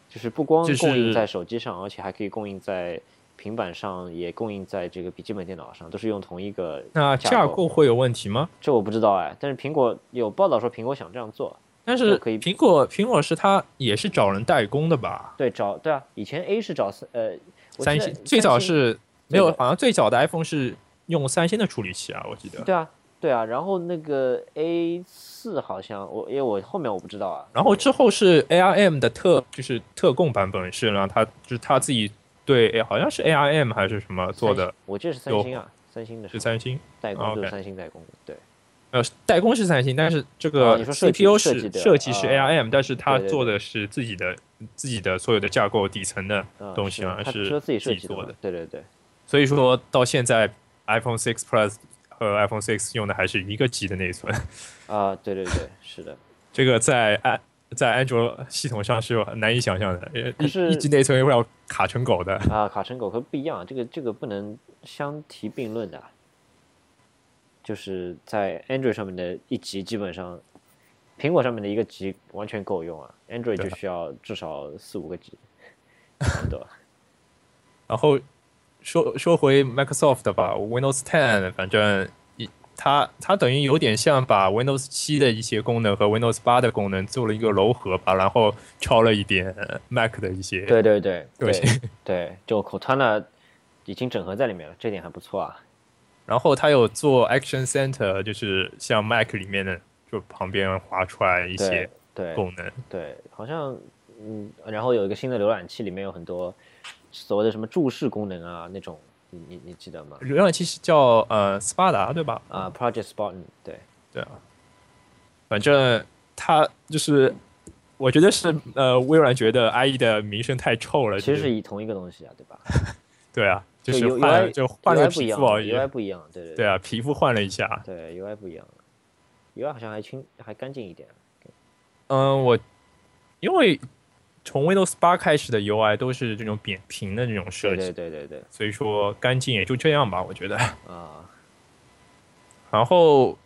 B: 就是不光
A: 就
B: 供应
A: 是
B: 在手机上，而且还可以供应在平板上，也供应在这个笔记本电脑上，都是用同一个
A: 那
B: 架
A: 架
B: 构
A: 构会有问题吗？
B: 这我不知道哎，但是苹果有报道说苹果想这样做，
A: 但是
B: 可以
A: 苹果苹果是它也是找人代工的吧？
B: 对，找对啊，以前 A 是找三呃，我
A: 三
B: 记得
A: 星最早是没有
B: 对，的
A: 好像最早的 iPhone 是用三星的处理器啊，我记得。
B: 对啊对啊，然后那个 A 四好像我因为我后面我不知道啊，
A: 然后之后是 ARM 的特就是特供版本是让它就是它自己对，哎好像是 ARM 还是什么做
B: 三
A: 的，
B: 星我记得是三
A: 有
B: 星啊，三星的
A: 是
B: 时候
A: 三星。
B: 代工就是
A: OK
B: 三星代工的，对
A: 呃，代工是三星，但是这个
B: 哦你说设计
A: CPU
B: 设
A: 是
B: 计的
A: 是
B: 啊
A: ARM，但是它
B: 对对对
A: 做的是自己的自己的所有的架构底层的
B: 嗯，
A: 东西
B: 是
A: 好像
B: 他
A: 是
B: 说自己
A: 自
B: 设
A: 己
B: 计
A: 做
B: 嘛
A: 的，
B: 对对对，
A: 所以说到现在 iPhone 6 Plus 和 iPhone 6用的还是一个 G 的内存，
B: 啊对对对，是的，
A: 这个在安在安卓系统上是难以想象的，
B: 可
A: 一
B: 是
A: 一 G 内存会要卡成狗的。
B: 啊，卡成狗和不一样，这个这个不能相提并论的啊，就是在 Android 上面的一级基本上，苹果上面的一个级完全够用啊，Android 就
A: 对
B: 需要至少四五 个级，对吧？
A: 然后说说回 Microsoft 吧，Windows 10，反正一它它等于有点像把 Windows 7的一些功能和 Windows 8的功能做了一个糅合吧，然后抄了一点 Mac 的一些。
B: 对对对
A: 对
B: 对对，就 Cortana 已经整合在里面了，这点还不错啊。
A: 然后它有做 Action Center，就是像 Mac 里面的，就旁边划出来一
B: 对
A: 些
B: 对
A: 功能。
B: 对，好像嗯，然后有一个新的浏览器，里面有很多所谓的什么注释功能啊那种，你你你记得吗？
A: 浏览器是叫呃 Spada 对吧？
B: 啊，Project Spartan，对。
A: 对啊，反正它就是，我觉得是呃微软觉得 IE 的名声太臭了，
B: 其实
A: 就是
B: 是一同一个东西啊，对吧？
A: 对啊，就
B: 就是 U-
A: 换
B: UI
A: 就换了
B: UI 不一
A: 皮
B: 样
A: 肤而已。
B: ，UI 不一样，对对
A: 对啊，皮肤换了一下，
B: 对 UI 不一样，UI 好像还清还干净一点，
A: 嗯，我因为从 Windows 八开始的 UI 都是这种扁平的这种设
B: 对
A: 计，
B: 对对对对
A: 所以说干净也就这样吧，我觉得。
B: 啊，
A: 然后，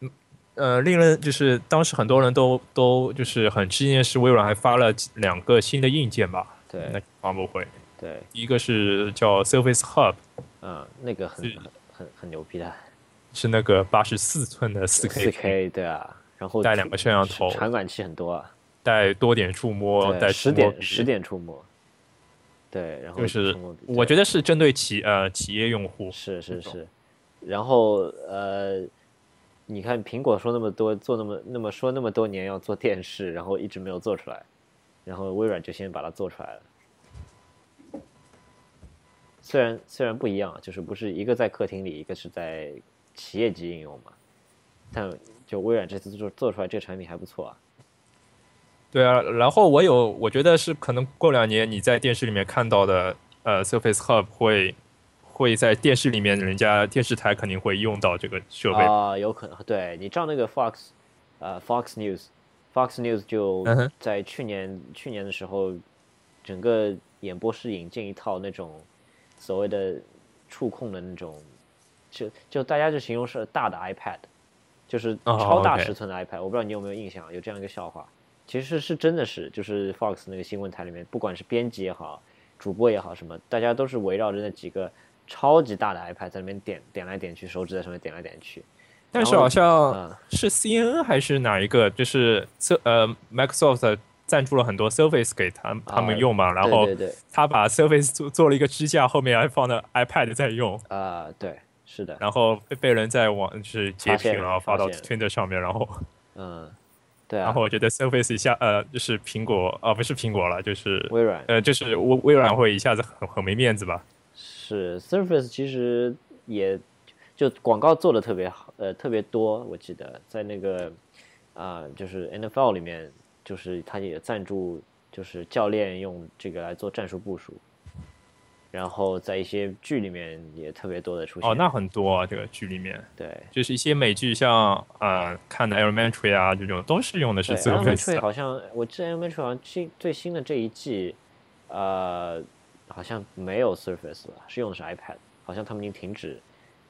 A: 嗯呃，令人就是当时很多人都都就是很吃惊的是，微软还发了几两个新的硬件吧，那
B: 对
A: 个发布会，
B: 对，
A: 第一个是叫 Surface Hub，
B: 嗯，那个很
A: 是
B: 很很很牛逼的，
A: 是那个八十四寸的四 K，
B: 四 K 对啊，然后
A: 带两个摄像头，
B: 传感器很多啊，
A: 带多点触摸，带
B: 十
A: 触摸
B: 点
A: 笔
B: 十，点触摸，对，然后
A: 就是
B: 触摸笔
A: 我
B: 对
A: 觉得是针对企呃企业用户，
B: 是是
A: 种
B: 是，然后呃，你看苹果说那么多，做那么那么说那么多年要做电视，然后一直没有做出来，然后微软就先把它做出来了。虽然虽然不一样，啊就是不是一个在客厅里，一个是在企业级应用嘛，但就微软这次做做出来这个产品还不错啊。
A: 对啊，然后我有，我觉得是可能过两年你在电视里面看到的，呃，Surface Hub 会会在电视里面，人家电视台肯定会用到这个设备。
B: 啊、有可能，对你照那个 Fox，呃，Fox News，Fox News 就
A: 嗯哼
B: 在去年、去年的时候，整个演播室引进一套那种所谓的触控的那种，就就大家就形容是大的 iPad，就是
A: 哦
B: 超大
A: OK
B: 尺寸的 iPad、我不知道你有没有印象，有这样一个笑话，其实是真的是，就是 Fox 那个新闻台里面，不管是编辑也好，主播也好，什么，大家都是围绕着那几个超级大的 iPad 在那边点点来点去，手指在上面点来点去。
A: 但是好像
B: 啊、
A: 是 CNN 还是哪一个，就是这呃 Microsoft 赞助了很多 Surface 给他他们用嘛，然后
B: 啊对对对，
A: 他把 Surface 做做了一个支架，后面还放了 iPad 在用，
B: 啊、对，是的，
A: 然后被被人在网就是截
B: 发现
A: 屏，
B: 了
A: 然后发到
B: 发现
A: Twitter 上面，然后
B: 嗯，对啊，
A: 然后我觉得 Surface 一下呃就是苹果啊、不是苹果了，就是
B: 微软
A: 呃，就是微微软会一下子很很没面子吧？
B: 是 Surface 其实也就广告做的特别好，呃，特别多，我记得在那个啊、就是 NFL 里面，就是他也赞助，就是教练用这个来做战术部署。然后在一些剧里面也特别多的出现，
A: 哦，那很多啊，这个剧里面
B: 对，
A: 就是一些美剧像，呃看的《Elementary》啊这种，都是用的是啊
B: 对
A: s u r
B: ，Alan
A: f a
B: Wake
A: c
B: 好像我记得 Alan Wake 好像新最新的这一季，呃，好像没有 Surface 了，是用的是 iPad，好像他们已经停止。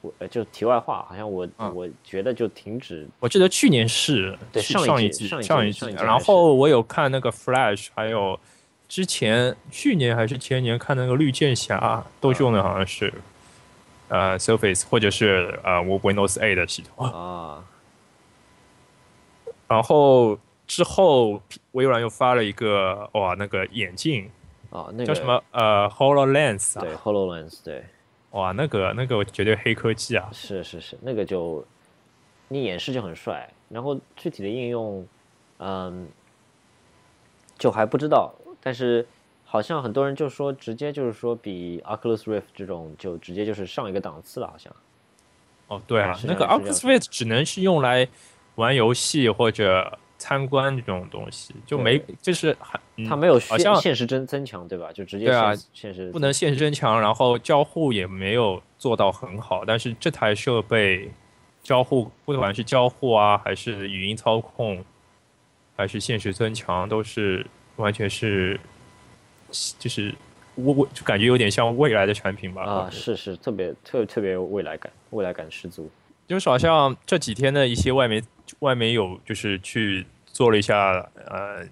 B: 我呃就题外话，好像我、
A: 嗯
B: 我觉得就停止
A: 我记得去年是
B: 对
A: 去
B: 上一
A: 上
B: 季
A: 季
B: 上一季
A: 上一
B: 上一季
A: 然后我有看那个 Flash，还有之前去年还是前年看那个绿箭侠，都
B: 嗯
A: 是用的好像是。呃，Surface 或者是呃 Windows A 的系统，
B: 啊
A: 然后之后微软又发了一个哇，那个眼镜
B: 啊那个
A: 叫什？么呃 Hololens 啊，
B: 对，Hololens，对，
A: 哇，那个那个绝对黑科技啊！
B: 是是是，那个就你演示就很帅，然后具体的应用，嗯，就还不知道，但是好像很多人就说直接就是说比 Oculus Rift 这种就直接就是上一个档次了，好像。
A: 哦，对啊，
B: 是这
A: 那
B: 样
A: 个
B: 是这
A: Oculus
B: 样
A: Rift 只能是用来玩游戏或者参观这种东西，就没就是还、嗯
B: 它没有
A: 好
B: 现
A: 像
B: 现实增增强，对吧？就直接
A: 对啊
B: 现现实
A: 不能现实增强，然后交互也没有做到很好。但是这台设备交互，不管是交互啊，还是语音操控，还是现实增强，都是完全是就是我我就感觉有点像未来的产品吧
B: 啊，
A: 我觉得
B: 是是特别特特别有未来感，未来感十足。
A: 就是好像这几天的一些外媒外媒有就是去做了一下呃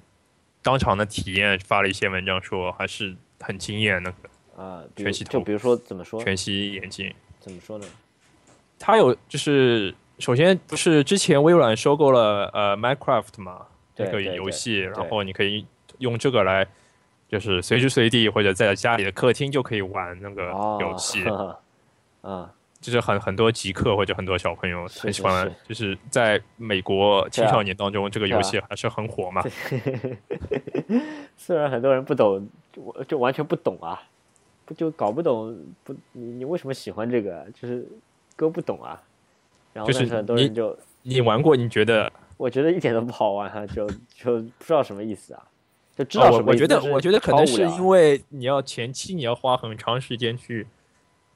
A: 当场的体验，发了一些文章说还是很惊艳那个
B: 啊，比
A: 全
B: 如
A: 系
B: 就
A: 统
B: 比如说怎么说
A: 全息眼镜。
B: 怎么说呢？
A: 它有就是首先不是之前微软收购了呃 Minecraft 嘛
B: 对
A: 那个
B: 对对
A: 游戏，
B: 对
A: 然后你可以用这个来就是随时随地或者在家里的客厅就可以玩那个
B: 哦
A: 游戏，
B: 啊，
A: 就是很很多极客或者很多小朋友
B: 是
A: 很喜
B: 是
A: 欢玩，
B: 是
A: 就是在美国青
B: 对啊
A: 少年当中，这个
B: 对啊
A: 游戏还是很火嘛。
B: 虽然很多人不懂，就我就完全不懂啊，不就搞不懂不你你为什么喜欢这个啊？就是哥不懂啊。然后
A: 就是
B: 但是很多
A: 你
B: 人就
A: 你玩过？你觉得？
B: 我觉得一点都不好玩啊，就就不知道什么意思啊，就知
A: 啊
B: 道
A: 我
B: 什么
A: 我
B: 意思。
A: 觉得
B: 但是
A: 我觉得可
B: 超
A: 能
B: 无
A: 是
B: 聊啊
A: 因为你要前期你要花很长时间去，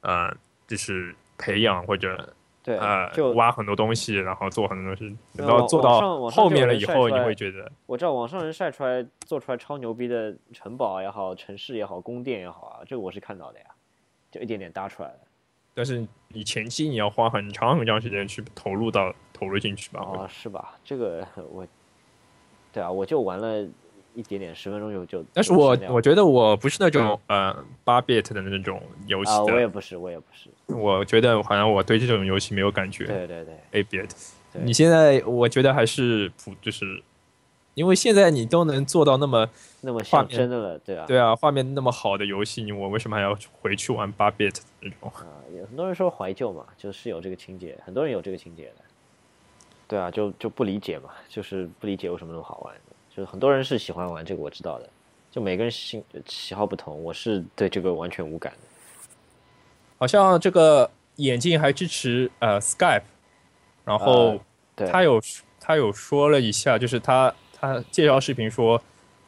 A: 呃，就是培养或者
B: 对，
A: 呃
B: 就
A: 挖很多东西，然后做很多东西，
B: 对
A: 等到
B: 网
A: 做
B: 网
A: 到
B: 上网上
A: 后
B: 就
A: 面
B: 有
A: 了
B: 人
A: 以
B: 晒
A: 后，你
B: 出来
A: 会觉得
B: 我知道网上人晒出来做出来超牛逼的城堡也好，城市也好，宫殿也好啊，这个我是看到的呀，就一点点搭出来的。
A: 但是你前期你要花很长很长时间去投入到投入进去吧。我
B: 哦，是吧？这个我，对啊，我就玩了一点点，十分钟就就。
A: 但是
B: 就
A: 我
B: 删掉
A: 我觉得我不是那种呃八 bit 的那种游戏
B: 嗯啊，我也
A: 的，
B: 不是，我也不是。
A: 我觉得好像我对这种游戏没有感觉。
B: 对对对
A: A bit，
B: 对
A: 你现在我觉得还是普，就是因为现在你都能做到那么
B: 那么
A: 画
B: 像
A: 面
B: 真的了，对啊。
A: 对啊画面那么好的游戏，你我为什么还要回去玩八 bit 的那种？
B: 啊，有很多人说怀旧嘛，就是有这个情节，很多人有这个情节的。对啊，就就不理解嘛，就是不理解为什么那么好玩，就是很多人是喜欢玩这个，我知道的。就每个人喜喜好不同，我是对这个完全无感的。
A: 好像这个眼镜还支持呃 Skype，然后
B: 呃对，
A: 他有他有说了一下，就是他他介绍视频说，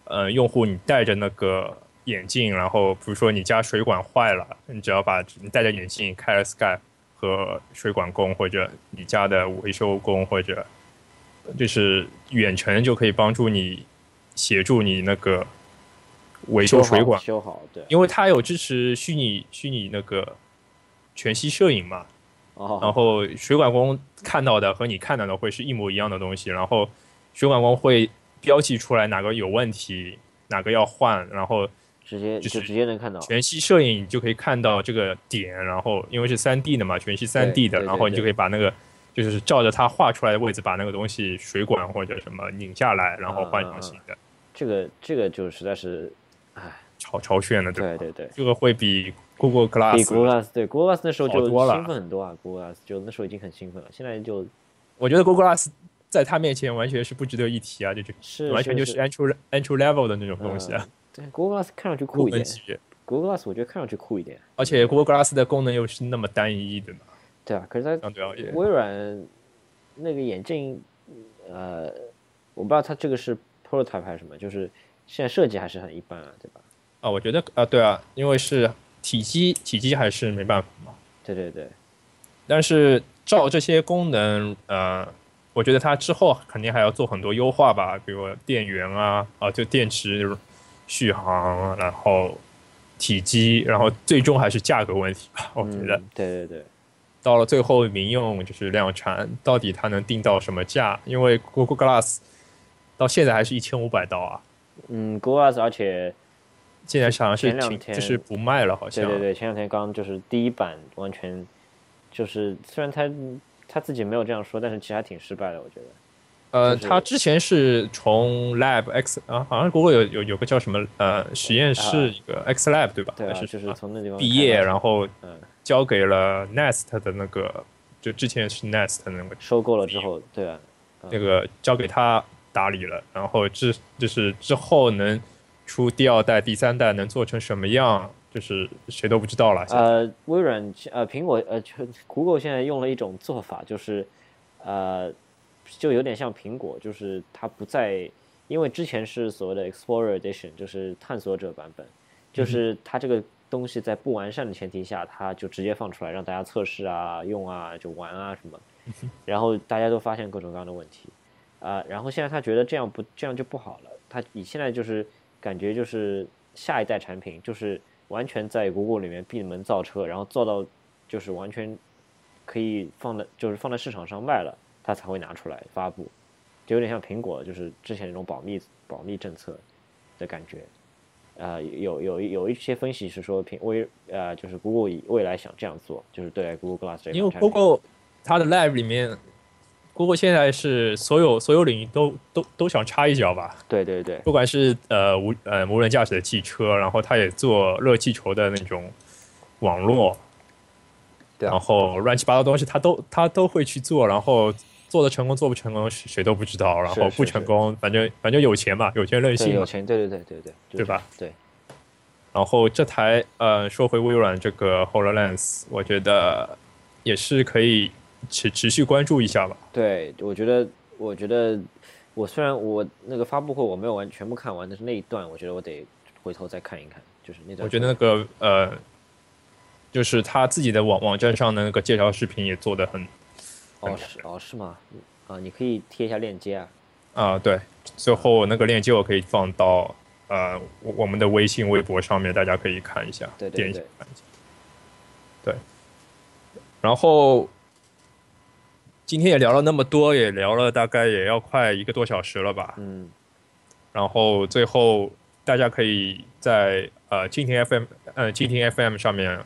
A: 呃，用户你戴着那个眼镜，然后比如说你家水管坏了，你只要把你戴着眼镜开了 Skype 和水管工或者你家的维修工或者就是远程就可以帮助你协助你那个维修
B: 修
A: 水
B: 好
A: 管，
B: 修好，对。
A: 因为它有支持虚拟虚拟那个全息摄影嘛，然
B: 哦，
A: 后水管工看到的和你看到的会是一模一样的东西，然后水管工会标记出来哪个有问题，哪个要换，然后
B: 直接
A: 就
B: 就是直接能看到。
A: 全息摄影你就可以看到这个点，然后因为是三 D 的嘛，全息三 D 的，
B: 对对
A: 然后你就
B: 对
A: 可以把那个就是照着它画出来的位置把那个东西水管或者什么拧下来，然后换
B: 嗯嗯
A: 成
B: 嗯
A: 新的，
B: 这个这个就实在是，哎，
A: 超超炫的，吧？
B: 对对对。
A: 这个会比 Google
B: 比
A: Glass
B: Google Glass 对 Google Glass 那时候
A: 好
B: 就
A: 多了
B: 兴奋很多啊，Google Glass 就那时候已经很兴奋了，现在就
A: 我觉得 Google Glass 在他面前完全是不值得一提啊，这就是完全就是 entry entry level 的那种东西啊，
B: 嗯对，Google Glass 看上去酷
A: 入
B: 一
A: 门
B: 点
A: 级。
B: ，Google Glass 我觉得看上去酷一点。
A: 而且 Google Glass 的功能又是那么单一，对吧？
B: 对啊，可是它
A: 相对而言，
B: 微软那个眼镜，呃，我不知道它这个是 prototype 还是什么，就是现在设计还是很一般啊，对吧？
A: 啊，我觉得啊，对啊，因为是体积体积还是没办法嘛。
B: 对对对，
A: 但是照这些功能，呃，我觉得它之后肯定还要做很多优化吧，比如电源啊，啊，就电池续航，啊然后体积，然后最终还是价格问题吧，我觉得。
B: 嗯，对对对，
A: 到了最后民用就是量产，到底它能定到什么价？因为 Google Glass 到现在还是一千五百刀啊，
B: 嗯，Google Glass 而且
A: 现在好像是
B: 前两
A: 停，
B: 天
A: 就是不卖了，好像
B: 对对对，前两天刚就是第一版完全就是，虽然他他自己没有这样说，但是其实还挺失败的，我觉得。
A: 呃，
B: 就是
A: 它之前是从 Lab X 啊，好像 Google 有有有个叫什么呃实验室
B: 啊
A: 一个 X Lab 对吧？
B: 对
A: 还
B: 啊，
A: 是
B: 就
A: 什么
B: 是从那地方
A: 毕业，
B: 开发
A: 然后
B: 嗯
A: 交给了 Nest 的那个，就之前是 Nest 的那个
B: 收购了之后，对啊，
A: 那个交给他打理了，然后之就是之后能出第二代、第三代能做成什么样，就是谁都不知道了。现在
B: 呃，微软呃苹果呃就 Google 现在用了一种做法，就是呃就有点像苹果，就是它不再因为之前是所谓的 Explorer Edition，就是探索者版本，就是它这个东西在不完善的前提下，它就直接放出来让大家测试啊、用啊、就玩啊什么，然后大家都发现各种各样的问题。啊、然后现在他觉得这样不这样就不好了，他以现在就是感觉就是下一代产品就是完全在 Google 里面闭门造车，然后造到就是完全可以放在就是放在市场上卖了，他才会拿出来发布，就有点像苹果就是之前那种保密保密政策的感觉。呃，有有有一些分析是说苹微呃就是 Google 以未来想这样做，就是对 Google Glass 这
A: 因为
B: 款产品
A: Google 它的 Lab 里面，Google 现在是所有所有领域都都都想插一脚吧，
B: 对对对
A: 不管是呃无呃无人驾驶的汽车，然后它也做热气球的那种网络，
B: 对啊
A: 然后乱七八糟东西它都它都会去做，然后做的成功做不成功谁谁都不知道，然后
B: 是
A: 不成功反正反正有钱嘛，有钱任
B: 对
A: 性
B: 有
A: 嘛。
B: 钱对对对对对
A: 对吧？
B: 就是对。
A: 然后这台呃说回微软这个 HoloLens，我觉得也是可以持持续关注一下吧。
B: 对，我觉得，我觉得，我虽然我那个发布会我没有完全部看完，但是那一段我觉得我得回头再看一看，就是那段。
A: 我觉得那个呃，就是他自己的网网站上的那个介绍视频也做的很
B: 哦是哦是吗？啊，你可以贴一下链接啊。
A: 啊、对，最后那个链接我可以放到呃我我们的微信、微博上面，大家可以看一下，
B: 对对
A: 点一下
B: 对
A: 看一下。对，然后今天也聊了那么多，也聊了大概也要快一个多小时了吧。
B: 嗯，
A: 然后最后大家可以在呃蜻蜓 FM 呃蜻蜓 FM 上面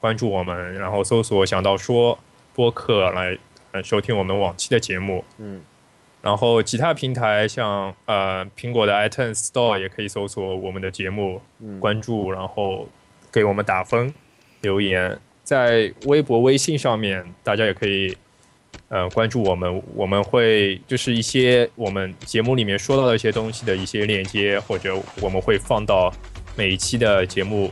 A: 关注我们，然后搜索“想到说”播客来呃收听我们往期的节目。
B: 嗯，
A: 然后其他平台像呃苹果的 iTunes Store 也可以搜索我们的节目，
B: 嗯
A: 关注，然后给我们打分、留言。在微博、微信上面，大家也可以呃关注我们，我们会就是一些我们节目里面说到的一些东西的一些链接，或者我们会放到每一期的节目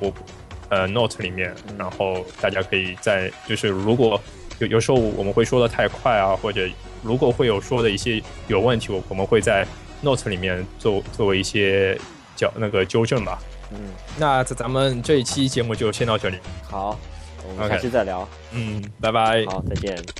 A: 呃 Note 里面，然后大家可以在就是如果有有时候我们会说的太快啊，或者如果会有说的一些有问题，我我们会在 Note 里面做作为一些矫那个纠正吧。
B: 嗯，
A: 那咱咱们这一期节目就先到这里，
B: 好，我们
A: OK
B: 下期再聊。
A: 嗯，拜拜。
B: 好，再见。